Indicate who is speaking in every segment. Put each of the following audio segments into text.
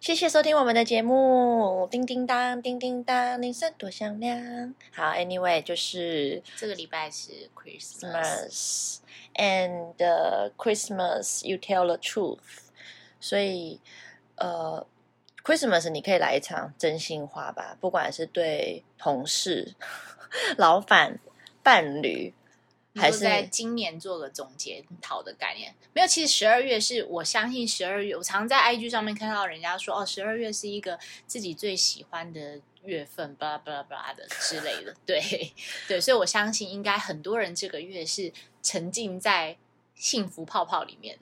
Speaker 1: 谢谢收听我们的节目，叮叮当，叮叮当，铃声多响亮。好，Anyway，就是
Speaker 2: 这个礼拜是 Christmas，
Speaker 1: Christmas and、uh, Christmas you tell the truth，所以呃，Christmas 你可以来一场真心话吧，不管是对同事、 老板、伴侣，还
Speaker 2: 还是
Speaker 1: 是
Speaker 2: 在今年做个总结讨的概念。没有，其实十二月是我相信十二月，我常在 IG 上面看到人家说哦，十二月是一个自己最喜欢的月份，巴拉巴拉巴拉的之类的。 对对，所以我相信应该很多人这个月是沉浸在幸福泡泡里面。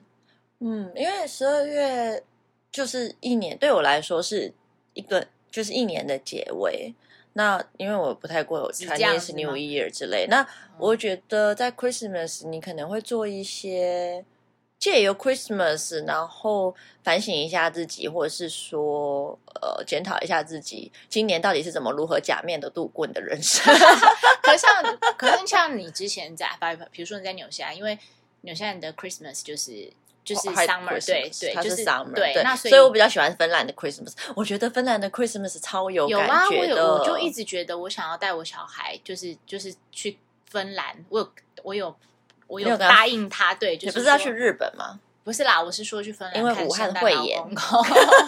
Speaker 1: 嗯，因为十二月就是一年，对我来说是一个就是一年的结尾。那因为我不太过
Speaker 2: 是这样
Speaker 1: Chinese
Speaker 2: 子
Speaker 1: New
Speaker 2: 吗哦
Speaker 1: Year 之类，那我觉得在 Christmas 你可能会做一些借由 Christmas，然后反省一下自己，或者是说呃检讨一下自己今年到底是怎么如何假面的度过你的人生。
Speaker 2: 可是像，可是像你之前在，比如说你在纽西兰，因为纽西兰的 Christmas 就是就是
Speaker 1: White
Speaker 2: summer，对
Speaker 1: 哦 Christmas，
Speaker 2: 对，
Speaker 1: 它
Speaker 2: 就是
Speaker 1: summer，
Speaker 2: 对。那
Speaker 1: 所
Speaker 2: 以
Speaker 1: 我比较喜欢芬兰的 Christmas。我觉得芬兰的 Christmas 超有
Speaker 2: 有
Speaker 1: 感
Speaker 2: 啊，我
Speaker 1: 觉
Speaker 2: 有，
Speaker 1: 的，
Speaker 2: 我就一直觉得我想要带我小孩，就是就是去芬兰，我有我有我
Speaker 1: 你有
Speaker 2: 有
Speaker 1: 跟他
Speaker 2: 答应他，对，就
Speaker 1: 你
Speaker 2: 是
Speaker 1: 不是要
Speaker 2: 说
Speaker 1: 去日本吗？
Speaker 2: 不是啦，我是说去芬兰，
Speaker 1: 因为
Speaker 2: 看
Speaker 1: 武汉
Speaker 2: 圣诞
Speaker 1: 会
Speaker 2: 老
Speaker 1: 演
Speaker 2: 公公，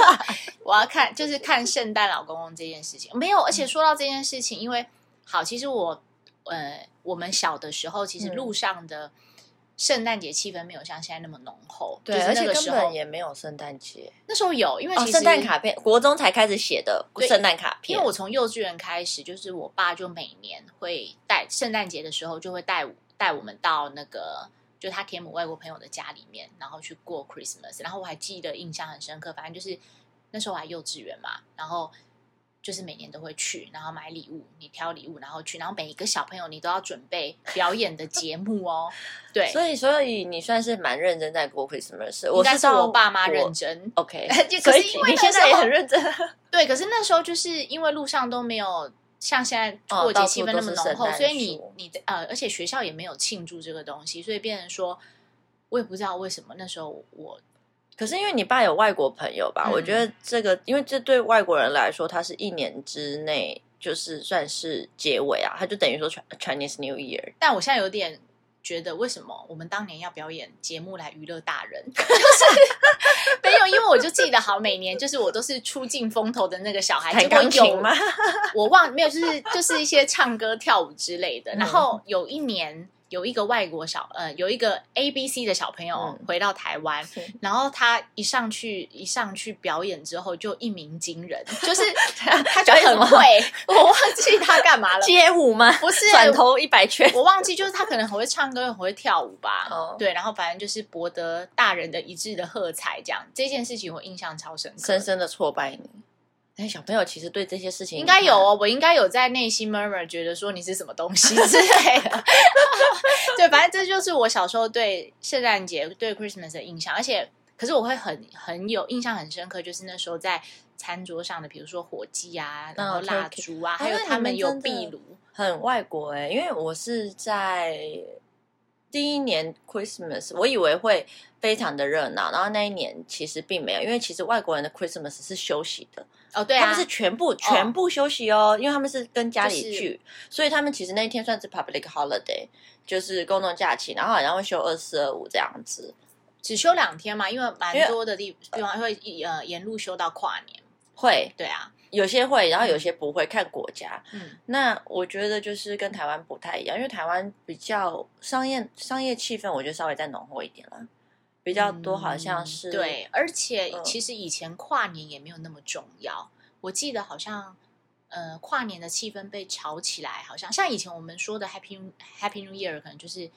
Speaker 2: 我要看就是看圣诞老公公这件事情。没有，而
Speaker 1: 嗯
Speaker 2: 且说到这件事情，因为好，其实我呃，我们小的时候，其实
Speaker 1: 嗯
Speaker 2: 路上的圣诞节气氛没有像现在那么浓厚，
Speaker 1: 对，
Speaker 2: 就是
Speaker 1: 而
Speaker 2: 那
Speaker 1: 且
Speaker 2: 个
Speaker 1: 根
Speaker 2: 时
Speaker 1: 本
Speaker 2: 候
Speaker 1: 也没有圣诞节
Speaker 2: 那时候有，因为
Speaker 1: 哦，
Speaker 2: 其实、
Speaker 1: 圣诞卡片，国中才开始写的
Speaker 2: 对
Speaker 1: 圣诞卡片。
Speaker 2: 因为我从幼稚园开始，就是我爸就每年会带圣诞节的时候，就会带我带我们到那个就他铁姆外国朋友的家里面，然后去过 Christmas。然后我还记得印象很深刻，反正就是那时候我还幼稚园嘛，然后就是每年都会去，然后买礼物，你挑礼物，然后去，然后每一个小朋友你都要准备表演的节目哦。对，
Speaker 1: 所以所以你算是蛮认真在过 Christmas，我
Speaker 2: 应该是
Speaker 1: 到
Speaker 2: 我爸妈认
Speaker 1: 我。
Speaker 2: 真。
Speaker 1: OK，
Speaker 2: 就可
Speaker 1: 所以
Speaker 2: 是因为
Speaker 1: 你
Speaker 2: 那
Speaker 1: 现在也
Speaker 2: 时候
Speaker 1: 很认真，
Speaker 2: 对，可是那时候就是因为路上都没有像现在
Speaker 1: 哦
Speaker 2: 过
Speaker 1: 到
Speaker 2: 节
Speaker 1: 处
Speaker 2: 气氛那么
Speaker 1: 都是
Speaker 2: 浓
Speaker 1: 圣
Speaker 2: 厚，
Speaker 1: 诞
Speaker 2: 所以你
Speaker 1: 树
Speaker 2: 你呃，而且学校也没有庆祝这个东西，所以变成说，我也不知道为什么那时候我
Speaker 1: 可是因为你爸有外国朋友吧，
Speaker 2: 嗯
Speaker 1: 我觉得这个，因为这对外国人来说，他是一年之内就是算是结尾啊，他就等于说 Chi- Chinese New Year。
Speaker 2: 但我现在有点觉得为什么我们当年要表演节目来娱乐大人， 就是 没有，因为我就记得好，每年就是我都是出尽风头的那个小孩，
Speaker 1: 弹
Speaker 2: 结果
Speaker 1: 钢
Speaker 2: 有
Speaker 1: 琴吗？
Speaker 2: 我忘没有，就是就是一些唱歌跳舞之类的。
Speaker 1: 嗯
Speaker 2: 然后有一年有一个外国小呃有一个 A B C 的小朋友
Speaker 1: 嗯
Speaker 2: 回到台湾，然后他一上去一上去表演之后就一鸣惊 人，就是他就
Speaker 1: 表演
Speaker 2: 很
Speaker 1: 吗
Speaker 2: 会，我忘记他干 嘛了，
Speaker 1: 街舞吗？
Speaker 2: 不是
Speaker 1: 转头一百 圈。
Speaker 2: 我忘记，就是他可能很会唱歌，很会跳舞吧。
Speaker 1: 哦
Speaker 2: 对，然后反正就是博得大人的一致的喝彩，这样这件事情我印象超深刻的，
Speaker 1: 深深的挫败你。哎，小朋友其实对这些事情
Speaker 2: 应该有
Speaker 1: 嗯
Speaker 2: 哦，我应该有在内心 murmur 觉得说你是什么东西之类的。 对，反正这就是我小时候对圣诞节、对 Christmas 的印象，而且可是我会很很有印象很深刻，就是那时候在餐桌上的，比如说火鸡啊，然后蜡烛啊，
Speaker 1: OK
Speaker 2: 还有他们有
Speaker 1: 嗯哦那你
Speaker 2: 壁
Speaker 1: 们真的
Speaker 2: 炉。
Speaker 1: 很外国哎、因为我是在第一年 Christmas，我以为会非常的热闹，然后那一年其实并没有，因为其实外国人的 Christmas 是休息的，
Speaker 2: 哦，对
Speaker 1: 他
Speaker 2: 啊
Speaker 1: 们，是全部全部休息哦，因为他们是跟家里
Speaker 2: 就是
Speaker 1: 聚，所以他们其实那一天算是 public holiday，就是公众假期，然后好像会休二四二五这样子。
Speaker 2: 只休两天嘛，因为
Speaker 1: 因为
Speaker 2: 蛮多的地地方会一呃沿路休到跨年。
Speaker 1: 会
Speaker 2: 对啊，
Speaker 1: 有些会，然后有些不会，看国家。
Speaker 2: 嗯，
Speaker 1: 那我觉得就是跟台湾不太一样，因为台湾比较商业商业气氛，我觉得稍微再浓厚一点啦，比较多好像是、
Speaker 2: 嗯对，而且
Speaker 1: 嗯
Speaker 2: 其实以前跨年也没有那么重要。我记得好像呃，跨年的气氛被炒起来，好像像以前我们说的 Happy Happy New Year，可能就是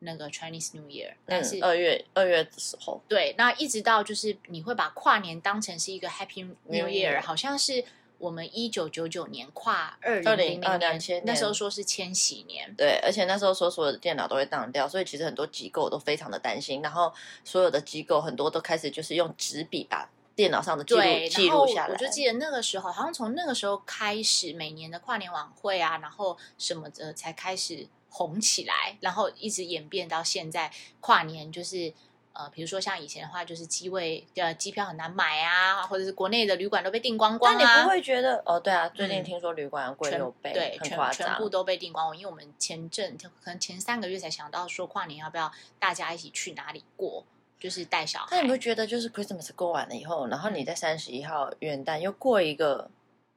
Speaker 2: 那个 Chinese New Year，但是、
Speaker 1: 嗯二月二月的时候，
Speaker 2: 对，那一直到就是你会把跨年当成是一个 Happy
Speaker 1: New
Speaker 2: New
Speaker 1: Year
Speaker 2: Year，好像是我们一九九九年跨二零零
Speaker 1: 2020
Speaker 2: 零
Speaker 1: 呃年
Speaker 2: 那时候说是千禧年，
Speaker 1: 对，而且那时候说所有的电脑都会当掉，所以其实很多机构都非常的担心，然后所有的机构很多都开始就是用纸笔把电脑上的记录
Speaker 2: 对，
Speaker 1: 记
Speaker 2: 然后
Speaker 1: 录下来
Speaker 2: 我。就记得那个时候，好像从那个时候开始，每年的跨年晚会啊，然后什么的才开始红起来，然后一直演变到现在跨年，就是呃，比如说像以前的话，就是机位呃机票很难买啊，或者是国内的旅馆都被订光光
Speaker 1: 但
Speaker 2: 啊。
Speaker 1: 你不会觉得哦？对啊，最近
Speaker 2: 嗯
Speaker 1: 听说旅馆贵
Speaker 2: 全
Speaker 1: 又倍，
Speaker 2: 对，
Speaker 1: 很
Speaker 2: 全
Speaker 1: 夸
Speaker 2: 全
Speaker 1: 张
Speaker 2: 部。都被订光。因为我们前阵就可能前三个月才想到说跨年要不要大家一起去哪里过，就是带小
Speaker 1: 那
Speaker 2: 孩
Speaker 1: 你。不觉得就是 Christmas 过完了以后，然后
Speaker 2: 嗯
Speaker 1: 你在三十一号元旦又过一个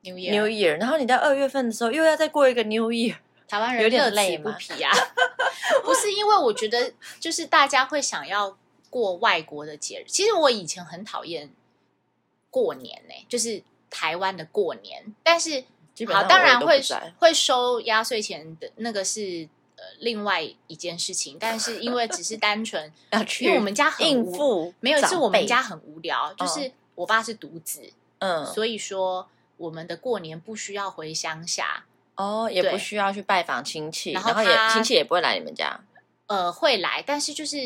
Speaker 2: New
Speaker 1: New
Speaker 2: Year，
Speaker 1: Year，然后你在二月份的时候又要再过一个 New Year，
Speaker 2: 台湾人
Speaker 1: 有点
Speaker 2: 乐此
Speaker 1: 累
Speaker 2: 不
Speaker 1: 吗
Speaker 2: 疲啊。 不是因为我觉得，就是大家会想要过外国的节日。其实我以前很讨厌过年呢、就是台湾的过年，但是
Speaker 1: 基本
Speaker 2: 好，
Speaker 1: 上
Speaker 2: 当然
Speaker 1: 我都
Speaker 2: 会
Speaker 1: 不在
Speaker 2: 会收压岁钱的那个是呃另外一件事情，但是因为只是单 纯，
Speaker 1: 要去，
Speaker 2: 因为我们家很
Speaker 1: 应
Speaker 2: 无
Speaker 1: 付
Speaker 2: 没有，
Speaker 1: 长
Speaker 2: 是我们
Speaker 1: 辈
Speaker 2: 家很无聊，就是我爸是独子，
Speaker 1: 嗯
Speaker 2: 所以说我们的过年不需要回乡下，
Speaker 1: 哦，也不
Speaker 2: 对
Speaker 1: 需要去拜访亲戚，
Speaker 2: 然
Speaker 1: 然
Speaker 2: 后
Speaker 1: 后也
Speaker 2: 他
Speaker 1: 亲戚也不会来你们家，
Speaker 2: 呃，会来，但是就是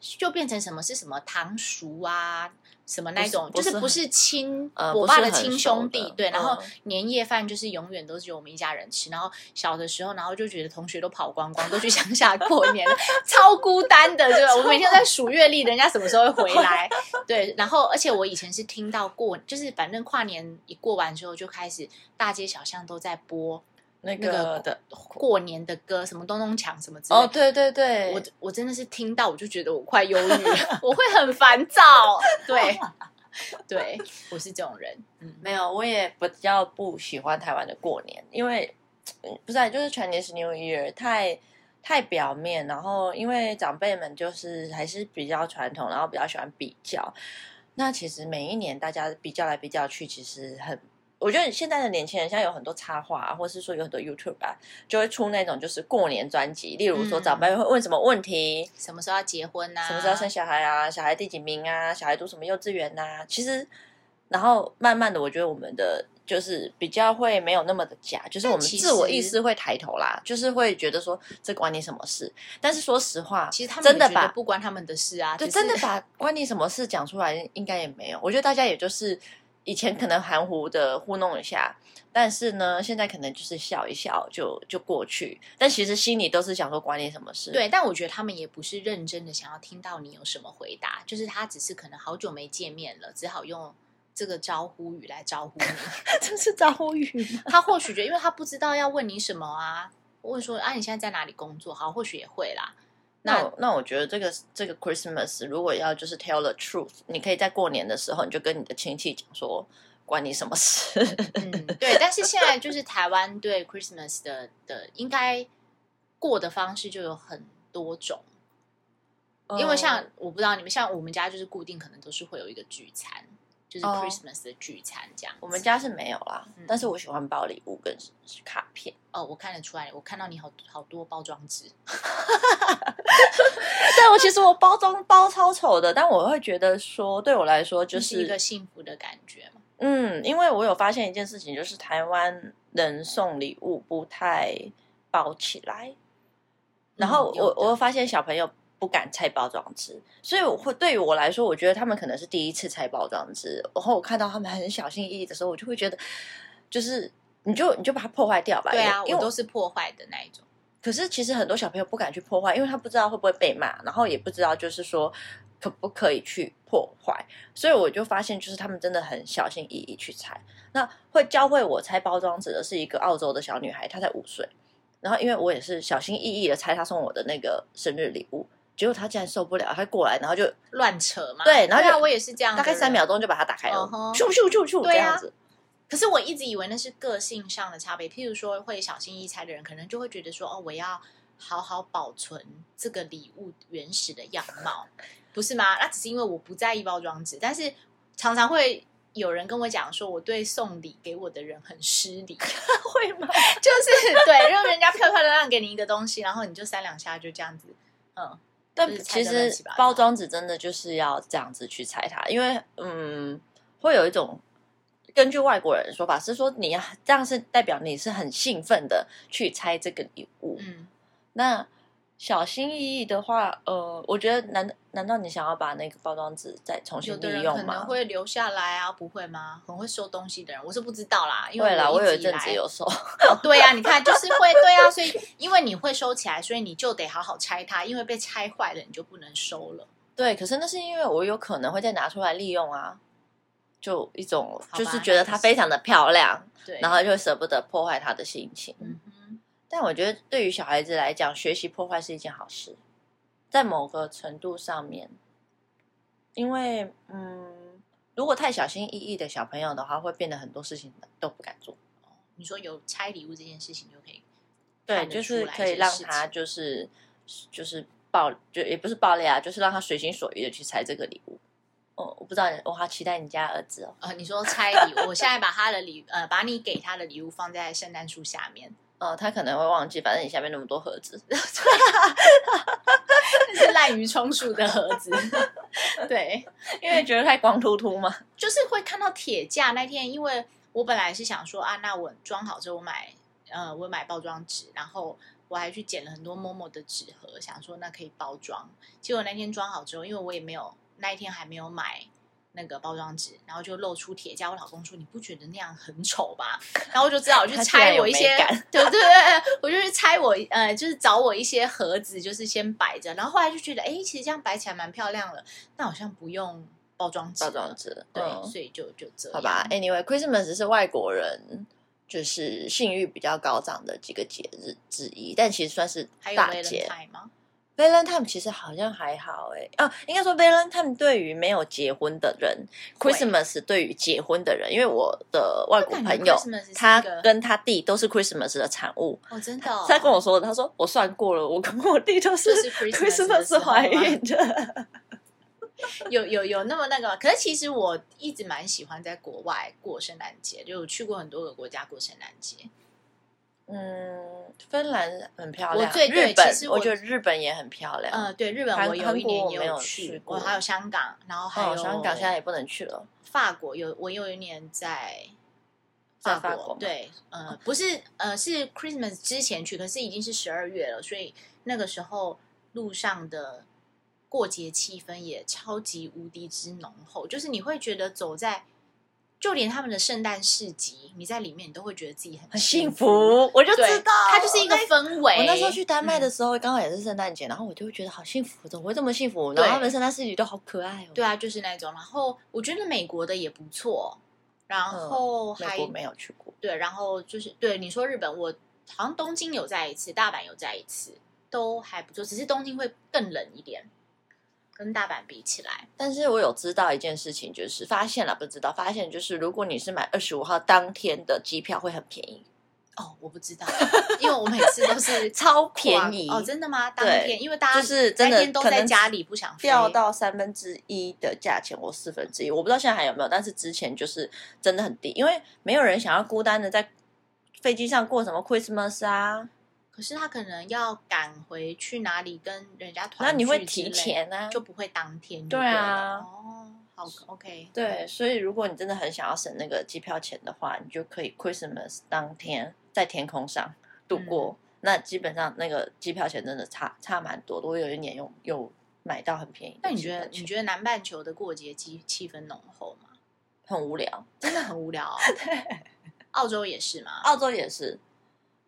Speaker 2: 就变成什么是什么堂叔啊，什么那种，
Speaker 1: 不
Speaker 2: 就是是
Speaker 1: 不是
Speaker 2: 不是亲
Speaker 1: 呃，
Speaker 2: 我
Speaker 1: 不
Speaker 2: 爸
Speaker 1: 是
Speaker 2: 的
Speaker 1: 很
Speaker 2: 亲
Speaker 1: 熟
Speaker 2: 兄
Speaker 1: 的
Speaker 2: 弟，对，然后
Speaker 1: 嗯
Speaker 2: 年夜饭就是永远都是由我们一家人吃，然后小的时候，然后就觉得同学都跑光光，都去乡下过年， 超孤单的，对吧？我每天在数月历，人家什么时候会回来？对，然后而且我以前是听到过，就是反正跨年一过完之后，就开始大街小巷都在播
Speaker 1: 那
Speaker 2: 那个
Speaker 1: 个的
Speaker 2: 过年的歌，什么咚咚锵什么之类
Speaker 1: 哦，
Speaker 2: 的。
Speaker 1: 对对对，
Speaker 2: 我我真的是听到我就觉得我快忧郁了， 我会很烦躁。对，对，我是这种人。嗯，
Speaker 1: 没有，我也比较不喜欢台湾的过年，因为嗯不是啊、就是 Chinese New Year 太太表面，然后因为长辈们就是还是比较传统，然后比较喜欢比较。那其实每一年大家比较来比较去，其实很，我觉得现在的年轻人，现在有很多插画、啊，或是说有很多 YouTube 啊，就会出那种就是过年专辑，例如说
Speaker 2: 嗯
Speaker 1: 长辈会问什么问题，
Speaker 2: 什么时候要结婚啊？
Speaker 1: 什么时候生小孩啊？小孩第几名啊？小孩读什么幼稚园呐、其实，然后慢慢的，我觉得我们的就是比较会没有那么的假，就是我们
Speaker 2: 其实
Speaker 1: 自我意识会抬头啦，就是会觉得说这关你什么事？但是说实话，
Speaker 2: 其实他们
Speaker 1: 真的
Speaker 2: 也觉得
Speaker 1: 把
Speaker 2: 不关他们的事啊，
Speaker 1: 对
Speaker 2: 只是
Speaker 1: 真的把关你什么事讲出来，应该也没有。我觉得大家也就是以前可能含糊的糊弄一下，但是呢，现在可能就是笑一笑就就过去，但其实心里都是想说关你什么事？
Speaker 2: 对， 但我觉得他们也不是认真的想要听到你有什么回答，就是他只是可能好久没见面了，只好用这个招呼语来招呼 你。
Speaker 1: 这是招语吗？
Speaker 2: 他或许觉得，因为他不知道要问你什么啊，问说啊你现在在哪里工作？好，或许也会啦。
Speaker 1: 那我那我觉得这个这个 Christmas 如果要就是 tell the truth，你可以在过年的时候你就跟你的亲戚讲说，关你什么事？
Speaker 2: 嗯，对，但是现在就是台湾对 Christmas 的的应该过的方式就有很多种，
Speaker 1: 哦
Speaker 2: 因为像我不知道你们，像我们家就是固定可能都是会有一个聚餐，就是
Speaker 1: 哦
Speaker 2: Christmas 的聚餐这样子。
Speaker 1: 我们家是没有啦，
Speaker 2: 嗯
Speaker 1: 但是我喜欢包礼物跟卡 片。
Speaker 2: 哦，我看得出来，我看到你好好多包装纸，
Speaker 1: 但我其实我包装包超丑的，但我会觉得说，对我来说就
Speaker 2: 这是一
Speaker 1: 是
Speaker 2: 个幸福的感觉嘛。
Speaker 1: 嗯，因为我有发现一件事情，就是台湾人送礼物不太包起来。然后
Speaker 2: 嗯有
Speaker 1: 我
Speaker 2: 的
Speaker 1: 我发现小朋友不敢拆包装纸，所以我会对于我来说，我觉得他们可能是第一次拆包装纸。然后我看到他们很小心翼翼的时候，我就会觉得，就是你就你就把它破坏掉吧。
Speaker 2: 对啊，
Speaker 1: 因
Speaker 2: 我
Speaker 1: 为
Speaker 2: 都是破坏的那一种。
Speaker 1: 可是其实很多小朋友不敢去破坏，因为他不知道会不会被骂，然后也不知道就是说可不可以去破坏，所以我就发现就是他们真的很小心翼翼去拆。那会教会我拆包装纸的是一个澳洲的小女孩，她才五岁，然后因为我也是小心翼翼的拆她送我的那个生日礼物，结果她竟然受不了，她过来然后就
Speaker 2: 乱扯嘛。
Speaker 1: 对然后就
Speaker 2: 啊我也是这样，
Speaker 1: 大概三。秒钟就把它打开了
Speaker 2: 嗯，哼
Speaker 1: 咻咻咻咻
Speaker 2: 对
Speaker 1: 这
Speaker 2: 啊
Speaker 1: 样子。
Speaker 2: 可是我一直以为那是个性上的差别，譬如说会小心翼翼拆的人，可能就会觉得说，哦，我要好好保存这个礼物原始的样貌，不是吗？那只是因为我不在意包装纸，但是常常会。有人跟我讲说，我对送礼给我的人很失礼，
Speaker 1: 会吗？
Speaker 2: 就是对让人家漂漂亮亮给你一个东西，然后你就三两下就这样子，嗯，
Speaker 1: 但
Speaker 2: 就是拆
Speaker 1: 其
Speaker 2: 得乱
Speaker 1: 实
Speaker 2: 七八糟
Speaker 1: 包装纸真的就是要这样子去拆它，因为嗯，会有一种根据外国人的说法是说你要啊这样是代表你是很兴奋的去拆这个礼物。
Speaker 2: 嗯，
Speaker 1: 那小心翼翼的话，呃，我觉得难难道你想要把那个包装纸再重
Speaker 2: 有
Speaker 1: 新
Speaker 2: 的人
Speaker 1: 利
Speaker 2: 可
Speaker 1: 用
Speaker 2: 能
Speaker 1: 吗？
Speaker 2: 会留下来啊，不会吗？很会收东西的人，我是不知道啦，因为
Speaker 1: 会啦，我
Speaker 2: 一
Speaker 1: 有
Speaker 2: 直
Speaker 1: 一
Speaker 2: 以
Speaker 1: 阵
Speaker 2: 来
Speaker 1: 子 有收，
Speaker 2: 哦，对呀、你看就是会，对啊呀、所以因为你会收起来，所以你就得好好拆它，因为被拆坏了你就不能收了。
Speaker 1: 对，可是那是因为我有可能会再拿出来利用啊，就一种
Speaker 2: 好吧
Speaker 1: 就是觉得它非常的漂亮，
Speaker 2: 对，
Speaker 1: 然后就舍不得破坏他的心情。
Speaker 2: 嗯哼，
Speaker 1: 但我觉得对于小孩子来讲，学习破坏是一件好事，在某个程度上面，因为嗯，如果太小心翼翼的小朋友的话，会变得很多事情都不敢做。
Speaker 2: 你说有拆礼物这件事情就可以
Speaker 1: 对，
Speaker 2: 看得
Speaker 1: 就
Speaker 2: 出
Speaker 1: 是
Speaker 2: 来
Speaker 1: 可
Speaker 2: 这
Speaker 1: 以
Speaker 2: 些
Speaker 1: 让
Speaker 2: 事
Speaker 1: 他
Speaker 2: 情
Speaker 1: 就是就是爆，就也不是爆裂啊，就是让他随心所欲的去拆这个礼物。哦，我不知道你，我好期待你家儿子哦。
Speaker 2: 呃，你说拆礼物，我现在把他的礼 呃，把你给他的礼物放在圣诞树下面，
Speaker 1: 哦，他可能会忘记，反正你下面那么多盒子。
Speaker 2: 那是滥竽充数的盒子。 对，
Speaker 1: 因为觉得太光秃秃嘛。
Speaker 2: 就是会看到铁架那天，因为我本来是想说啊，那我装好之后我买呃，我买包装纸，然后我还去捡了很多 MOMO 的纸盒，想说那可以包装。结果那天装好之后，因为我也没有那一天还没有买。那个包装纸，然后就露出铁架。我老公说：“你不觉得那样很丑吗？”然后我就知道我去
Speaker 1: 他居然
Speaker 2: 拆
Speaker 1: 有
Speaker 2: 我一
Speaker 1: 美
Speaker 2: 些
Speaker 1: 感，
Speaker 2: 对对对，我就去拆我呃，就是找我一些盒子，就是先摆着。然后后来就觉得，哎，其实这样摆起来蛮漂亮了。那好像不用包装纸
Speaker 1: 包
Speaker 2: 了，
Speaker 1: 装纸，
Speaker 2: 对，
Speaker 1: 嗯
Speaker 2: 所以就就这样。
Speaker 1: 好吧。Anyway，Christmas 是外国人就是性欲比较高涨的几个节日之一，但其实算是
Speaker 2: 还有
Speaker 1: 大
Speaker 2: v
Speaker 1: 节
Speaker 2: a。l 吗？
Speaker 1: Valentine 其实好像还好哎、啊，应该说 Valentine 对于没有结婚的人
Speaker 2: 会
Speaker 1: ，Christmas 对于结婚的人，因为我的外国
Speaker 2: 我感
Speaker 1: 朋
Speaker 2: 觉
Speaker 1: 友
Speaker 2: Christmas 是一
Speaker 1: 他
Speaker 2: 个
Speaker 1: 跟他弟都是 Christmas 的产物。
Speaker 2: 哦，真的哦、
Speaker 1: 他跟我说的，他说我算过了，我跟我弟都是
Speaker 2: 就是 Christmas 的时
Speaker 1: Christmas
Speaker 2: 候啊吗
Speaker 1: 怀孕的。
Speaker 2: 有有有那么那个吗，可是其实我一直蛮喜欢在国外过圣诞节，就我去过很多个国家过圣诞节。
Speaker 1: 嗯，芬兰很漂亮，
Speaker 2: 我最对
Speaker 1: 日本
Speaker 2: 其实，我
Speaker 1: 我觉得日本也很漂亮。
Speaker 2: 呃，对，日本
Speaker 1: 啊韩
Speaker 2: 我有一
Speaker 1: 韩
Speaker 2: 年
Speaker 1: 国
Speaker 2: 也
Speaker 1: 我没有
Speaker 2: 去
Speaker 1: 去
Speaker 2: 过，
Speaker 1: 过
Speaker 2: 还有香港，然后还有、
Speaker 1: 哦，香港现在也不能去了。
Speaker 2: 法国有，我有一年在
Speaker 1: 在
Speaker 2: 法
Speaker 1: 法国吗哦
Speaker 2: 对，呃，不是，呃，是 Christmas 之前去，可是已经是十二月了，所以那个时候路上的过节气氛也超级无敌之浓厚，就是你会觉得走在，就连他们的圣诞市集，你在里面你都会觉得自己很
Speaker 1: 很
Speaker 2: 幸
Speaker 1: 幸。福，我就
Speaker 2: 对
Speaker 1: 知道，
Speaker 2: 它就是一个
Speaker 1: 那
Speaker 2: 氛围。
Speaker 1: 我那时候去丹麦
Speaker 2: 嗯
Speaker 1: 的时候，刚好也是圣诞节，然后我就会觉得好幸福，怎么会这么幸福？
Speaker 2: 对
Speaker 1: 然后他们圣诞市集都好可爱哦。
Speaker 2: 对，啊，就是那种。然后我觉得美国的也不错，然后
Speaker 1: 嗯美
Speaker 2: 还
Speaker 1: 国没有去过，
Speaker 2: 对，然后就是对你说日本，我好像东京有在一次，大阪有在一次，都还不错，只是东京会更冷一点，跟大阪比起来，
Speaker 1: 但是我有知道一件事情，就是发现了不知道，发现就是如果你是买二十五号当天的机票会很便宜，
Speaker 2: 哦，我不知道，因为我每次都是
Speaker 1: 超 便宜
Speaker 2: 哦，真的吗？当
Speaker 1: 对
Speaker 2: 天，因为大家
Speaker 1: 就是真的
Speaker 2: 那天都
Speaker 1: 可
Speaker 2: 在
Speaker 1: 能
Speaker 2: 家里不想飞
Speaker 1: 掉到三分之一的价钱或四分之一，我不知道现在还有没有，但是之前就是真的很低，因为没有人想要孤单的在飞机上过什么 Christmas 啊，
Speaker 2: 可是他可能要赶回去哪里跟人家团
Speaker 1: 那
Speaker 2: 聚，
Speaker 1: 你会提，前啊，
Speaker 2: 就不会当天就
Speaker 1: 对
Speaker 2: 了
Speaker 1: 啊
Speaker 2: 哦，好，OK，
Speaker 1: 对，所以如果你真的很想要省那个机票钱的话，你就可以 Christmas 当天在天空上度
Speaker 2: 嗯
Speaker 1: 过。那基本上那个机票钱真的差差蛮多的。我有一年有有买到很便宜的
Speaker 2: 那你
Speaker 1: 机
Speaker 2: 觉
Speaker 1: 票
Speaker 2: 得
Speaker 1: 钱
Speaker 2: 你觉得南半球的过节气气氛浓厚吗？
Speaker 1: 很无聊？
Speaker 2: 真的很无 聊、哦。澳洲也是吗？
Speaker 1: 澳洲也是，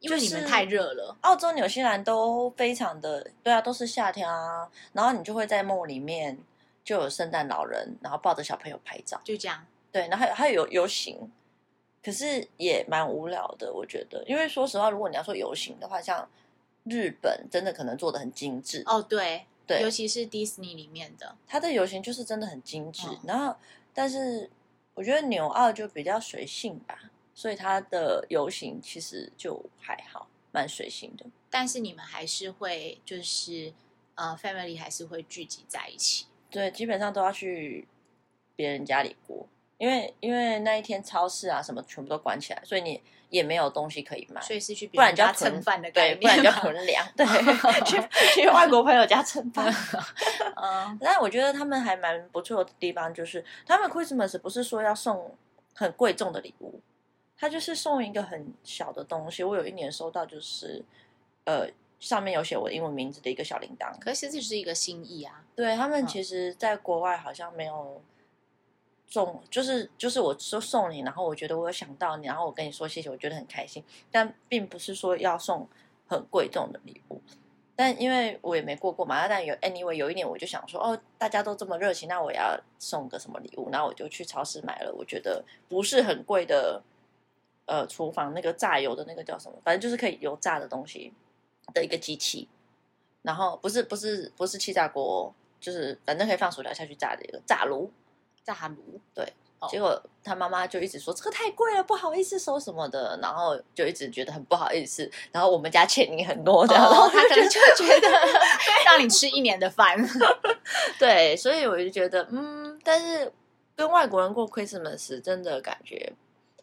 Speaker 2: 因为你们太热了。
Speaker 1: 澳洲、纽西兰都非常的对啊，都是夏天啊。然后你就会在梦里面就有圣诞老人，然后抱着小朋友拍照。
Speaker 2: 就这样，
Speaker 1: 对，然后还有还有游游行，可是也蛮无聊的，我觉得。因为说实话，如果你要说游行的话，像日本真的可能做的很精致，
Speaker 2: 哦，对，尤
Speaker 1: 对，
Speaker 2: 其是迪士尼里面的，
Speaker 1: 它的游行就是真的很精致。
Speaker 2: 嗯
Speaker 1: 然后，但是我觉得纽澳就比较随性吧，所以它的游行其实就还好，蛮随性的。
Speaker 2: 但是你们还是会就是呃，family 还是会聚集在一起。
Speaker 1: 对，基本上都要去别人家里过。因为因为那一天超市啊什么全部都关起来，所以你也没有东西可以买，
Speaker 2: 所以是去别
Speaker 1: 不然
Speaker 2: 人
Speaker 1: 你就
Speaker 2: 家
Speaker 1: 要
Speaker 2: 蹭
Speaker 1: 囤
Speaker 2: 饭的概
Speaker 1: 对，不然
Speaker 2: 念
Speaker 1: 就
Speaker 2: 吗，
Speaker 1: 囤粮，对，去去外国朋友家蹭饭。
Speaker 2: 嗯，
Speaker 1: 但我觉得他们还蛮不错的地方，就是他们 Christmas 不是说要送很贵重的礼物，他就是送一个很小的东西。我有一年收到就是，呃，上面有写我的英文名字的一个小铃铛。
Speaker 2: 可是这就是一个心意啊。
Speaker 1: 对他们
Speaker 2: 嗯
Speaker 1: 其实，在国外好像没有送，就是就是我说送你，然后我觉得我有想到你，然后我跟你说谢谢，我觉得很开心，但并不是说要送很贵重的礼物。但因为我也没过过嘛，但有 anyway 有一年我就想说，哦，大家都这么热情，那我也要送个什么礼物，然后我就去超市买了，我觉得不是很贵的，呃，厨房那个榨油的那个叫什么，反正就是可以油炸的东西的一个机器，然后不是不是不是气炸锅哦，就是反正可以放薯条下去炸的一个炸炉，
Speaker 2: 炸炉，哦
Speaker 1: 结果他妈妈就一直说这个太贵了，不好意思收什么的，然后就一直觉得很不好意思，然后 我们家欠你很多这样，然后
Speaker 2: 哦，
Speaker 1: 他
Speaker 2: 他
Speaker 1: 可
Speaker 2: 可
Speaker 1: 能
Speaker 2: 能就觉 得让你吃一年的饭，
Speaker 1: 对，所以我就觉得，嗯，但是跟外国人过 Christmas 真的感觉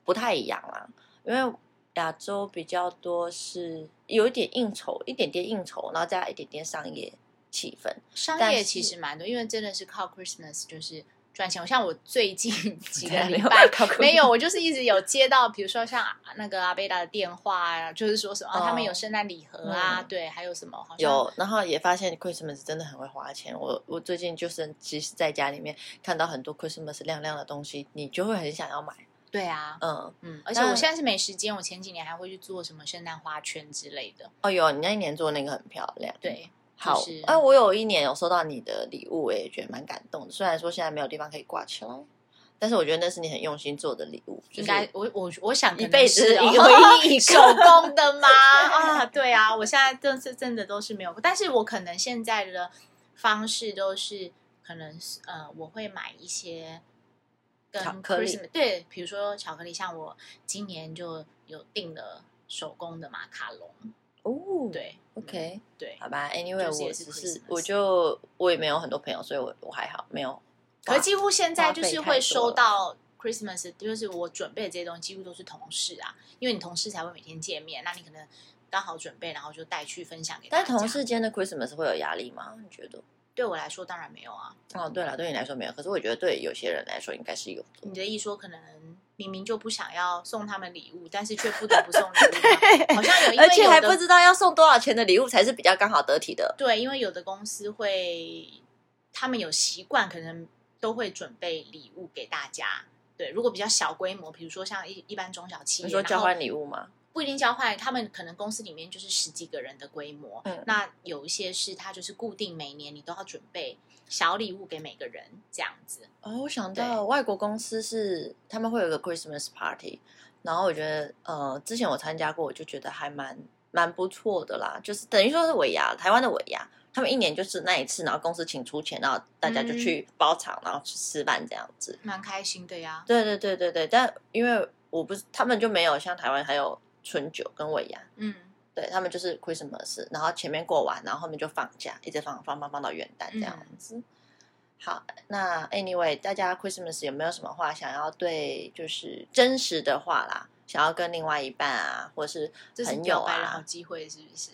Speaker 1: 不太一样啦，因为亚洲比较多是有一点应酬，一点点应酬，然后加一点点商业气氛。
Speaker 2: 商
Speaker 1: 但是
Speaker 2: 业其实蛮多，因为真的是靠 Christmas 就是赚钱。像我最近几个
Speaker 1: 没
Speaker 2: 礼
Speaker 1: 有
Speaker 2: 拜
Speaker 1: 靠 Christmas
Speaker 2: 没有，我就是一直有接到，比如说像那个阿贝达的电话啊，就是说什么、啊
Speaker 1: 哦
Speaker 2: 他们有圣诞礼盒啊，
Speaker 1: 嗯
Speaker 2: 对，还有什么好像
Speaker 1: 有，然后也发现 Christmas 真的很会花钱。我我最近就是，其实在家里面看到很多 Christmas 亮亮的东西，你就会很想要买。
Speaker 2: 对啊。
Speaker 1: 嗯，
Speaker 2: 嗯，而且
Speaker 1: 那
Speaker 2: 我现在是没时间，我前几年还会去做什么圣诞花圈之类的。
Speaker 1: 哦哟，你那一年做那个很漂亮。。
Speaker 2: 对，
Speaker 1: 好
Speaker 2: 就是，
Speaker 1: 哎、我有一年有收到你的礼物，我也觉得蛮感动的。虽然说现在没有地方可以挂起来，但是我觉得那是你很用心做的礼物，
Speaker 2: 应
Speaker 1: 就是
Speaker 2: 该我我我想可
Speaker 1: 一
Speaker 2: 能
Speaker 1: 辈子
Speaker 2: 是哦
Speaker 1: 一个 唯一一
Speaker 2: 手
Speaker 1: 个。
Speaker 2: 工的 吗？啊，对啊，我现在真是真的都是没有，但是我可能现在的方式都是可能是呃，我会买一些跟
Speaker 1: 巧克力
Speaker 2: Christmas 对，比如说巧克力，像我今年就有订了手工的马卡龙，
Speaker 1: 哦，
Speaker 2: 对
Speaker 1: ，OK，啊
Speaker 2: 嗯对。
Speaker 1: 好吧，Anyway，
Speaker 2: 就是
Speaker 1: 我
Speaker 2: 也是
Speaker 1: 只是
Speaker 2: Christmas
Speaker 1: 我就我也没有很多朋友，所以我我还好，没有。
Speaker 2: 可是几乎现在就是会收
Speaker 1: 花费太
Speaker 2: 到 Christmas，就是我准备的这些东西，几乎都是同事啊，因为你同事才会每天见面，那你可能刚好准备，然后就带去分享给大
Speaker 1: 但
Speaker 2: 家。
Speaker 1: 同事间的 Christmas 会有压力吗？你觉得？
Speaker 2: 对我来说当然没有啊，
Speaker 1: 哦，对了，对你来说没有，可是我觉得对有些人来说应该是有 的。
Speaker 2: 你的意思说，可能明明就不想要送他们礼物，但是却不得不送 礼物吗，好像有，因为
Speaker 1: 而且还
Speaker 2: 有的
Speaker 1: 不知道要送多少钱的礼物才是比较刚好得体的。
Speaker 2: 对，因为有的公司会，他们有习惯，可能都会准备礼物给大家。对，如果比较小规模，比如说像一一般中小企业，
Speaker 1: 你说
Speaker 2: 然
Speaker 1: 交
Speaker 2: 后
Speaker 1: 换礼物吗？
Speaker 2: 不一定交换，他们可能公司里面就是十几个人的规模。
Speaker 1: 嗯
Speaker 2: 那有一些是他就是固定每年你都要准备小礼物给每个人这样子。
Speaker 1: 哦，我想到外国公司是他们会有一个 Christmas party，然后我觉得呃，之前我参加过，我就觉得还蛮蛮不错的啦，就是等于说是尾牙，台湾的尾牙，他们一年就是那一次，然后公司请出钱，然后大家就去包场，然后去吃饭这样子。
Speaker 2: 蛮开心的呀，
Speaker 1: 对对对对对，但因为我不是他们就没有像台湾还有春酒跟尾牙，
Speaker 2: 嗯，
Speaker 1: 对他们就是 Christmas，然后前面过完，然后后面就放假，一直放放放放到元旦这样子。
Speaker 2: 嗯
Speaker 1: 好，那 anyway，大家 Christmas 有没有什么话想要对，就是真实的话啦，想要跟另外一半啊，或是
Speaker 2: 这是
Speaker 1: 朋友
Speaker 2: 表白的好
Speaker 1: 啊，
Speaker 2: 机会，是不是？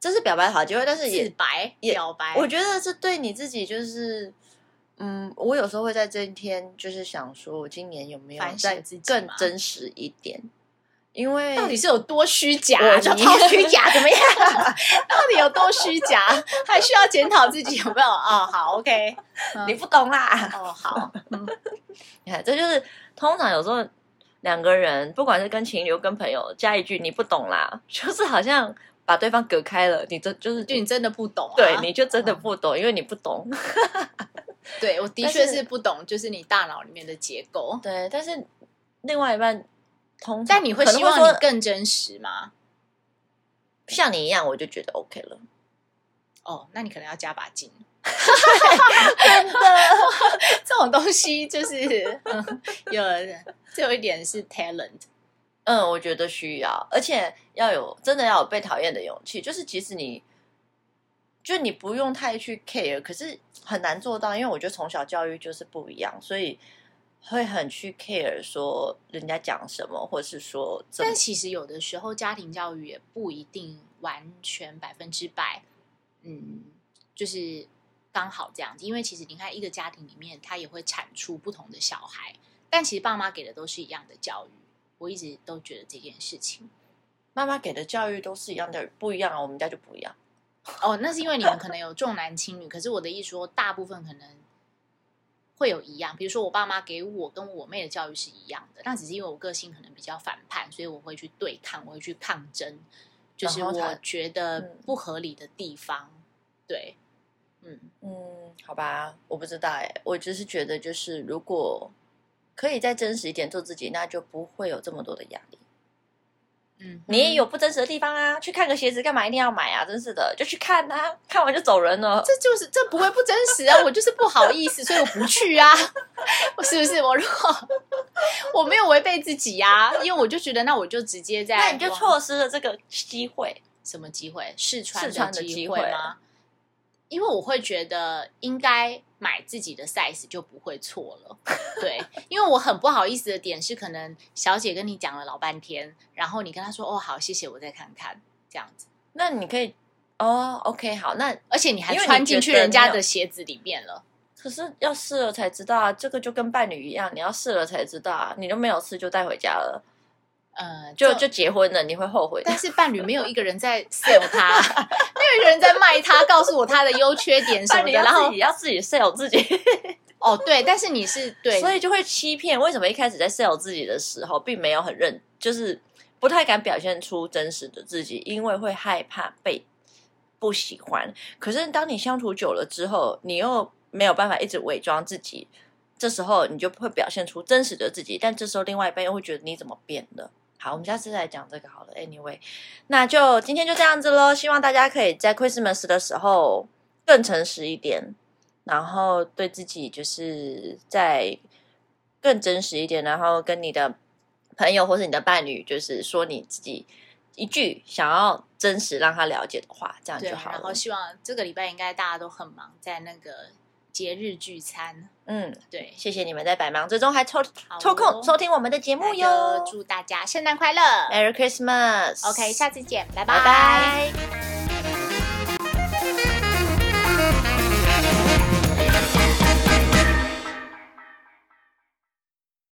Speaker 1: 这是表白的好机会，但是
Speaker 2: 自
Speaker 1: 也
Speaker 2: 白
Speaker 1: 也
Speaker 2: 表白，
Speaker 1: 我觉得这对你自己就是，嗯，我有时候会在这一天就是想说，我今年有没有
Speaker 2: 反省
Speaker 1: 再
Speaker 2: 自己
Speaker 1: 更
Speaker 2: 吗
Speaker 1: 真实一点，因为
Speaker 2: 到底是有多虚假、
Speaker 1: 我
Speaker 2: 就超 虚假怎么样？ 到底有多虚假？还需要检讨自己有没有？哦，好，OK，
Speaker 1: 你不懂啦，
Speaker 2: 哦，好，
Speaker 1: 你看，这就是通常有时候两个人，不管是跟情侣、跟朋友，加一句“你不懂啦”， 就是好像把对方隔开了。你这就是
Speaker 2: 就你真的不懂、啊，
Speaker 1: 对，你就真的不懂，因为你不懂。
Speaker 2: 对我的确是不懂，就是你大脑里面的结构。
Speaker 1: 对，但是另外一半通常，
Speaker 2: 但你会
Speaker 1: 可能
Speaker 2: 希望
Speaker 1: 说
Speaker 2: 你更真实吗？
Speaker 1: 像你一样，我就觉得 OK 了。
Speaker 2: 哦，那你可能要加把劲。 真的，这种东西就是、嗯、有，这有一点是 talent，
Speaker 1: 嗯，我觉得需要，而且要有真的要有被讨厌的勇气。就是即使你，就你不用太去 care，可是很难做到，因为我觉得从小教育就是不一样，所以会很去 care 说人家讲什么，或是说怎么
Speaker 2: 但。其实有的时候家庭教育也不一定完全百分之百，嗯，就是刚好这样子。因为其实你看一个家庭里面，他也会产出不同的小孩，但其实爸妈给的都是一样的教育。我一直都觉得这件事情，
Speaker 1: 妈妈给的教育都是一样的，不一样啊，我们家就不一样。
Speaker 2: 哦，那是因为你们可能有重男轻女，可是我的意思说，大部分可能会有一样。比如说，我爸妈给我跟我妹的教育是一样的，那只是因为我个性可能比较反叛，所以我会去对抗，我会去抗争。就是
Speaker 1: 然后他
Speaker 2: 我觉得
Speaker 1: 嗯
Speaker 2: 不合理的地方。对，嗯，
Speaker 1: 嗯，好吧，我不知道哎、我只是觉得就是如果可以再真实一点做自己，那就不会有这么多的压力。
Speaker 2: 嗯，
Speaker 1: 你也有不真实的地方啊，去看个鞋子干嘛一定要买啊？真是的，就去看啊，看完就走人了。
Speaker 2: 这就是这不会不真实啊，我就是不好意思，所以我不去啊，我是不是？我如果我没有违背自己呀、因为我就觉得那我就直接在
Speaker 1: 那你就
Speaker 2: 网
Speaker 1: 错失了这个机会。
Speaker 2: 什么机会？试穿
Speaker 1: 试穿的
Speaker 2: 机
Speaker 1: 机
Speaker 2: 会
Speaker 1: 会
Speaker 2: 吗？因为我会觉得应该买自己的 size 就不会错了，对，因为我很不好意思的点是，可能小姐跟你讲了老半天，然后你跟她说哦好，谢谢，我再看看这样子，
Speaker 1: 那你可以哦，OK，好，那
Speaker 2: 而且你还
Speaker 1: 因为你
Speaker 2: 穿进去
Speaker 1: 觉得
Speaker 2: 人家
Speaker 1: 没有
Speaker 2: 的鞋子里面了，
Speaker 1: 可是要试了才知道啊，这个就跟伴侣一样，你要试了才知道啊，你都没有试就带回家了，
Speaker 2: 呃，
Speaker 1: 就就结婚了，你会后悔的
Speaker 2: 但。是伴侣没有一个人在 sell 他，没有一个人在卖他，告诉我他的优缺点什么的。
Speaker 1: 伴侣要
Speaker 2: 然
Speaker 1: 自
Speaker 2: 后
Speaker 1: 己要自己 sell 自己，
Speaker 2: 哦，对，但是你是对，
Speaker 1: 所以就会欺骗。为什么一开始在 sell 自己的时候，并没有很认，就是不太敢表现出真实的自己，因为会害怕被不喜欢。可是当你相处久了之后，你又没有办法一直伪装自己，这时候你就会表现出真实的自己。但这时候另外一半又会觉得你怎么变了。好，我们下次再讲这个好了。Anyway，那就今天就这样子喽。希望大家可以在 Christmas 的时候更诚实一点，然后对自己就是在更真实一点，然后跟你的朋友或是你的伴侣，就是说你自己一句想要真实让他了解的话，这样
Speaker 2: 对，
Speaker 1: 就好
Speaker 2: 然
Speaker 1: 了
Speaker 2: 后。希望这个礼拜应该大家都很忙，在那个节日聚餐，
Speaker 1: 嗯，
Speaker 2: 对，
Speaker 1: 谢谢你们在百忙之中还抽
Speaker 2: 好
Speaker 1: 抽
Speaker 2: 哦
Speaker 1: 空收听我们的节目
Speaker 2: 那
Speaker 1: 哟哎
Speaker 2: 就。祝大家圣诞快乐
Speaker 1: Merry Christmas。
Speaker 2: ，OK，下次见，拜
Speaker 1: 拜拜。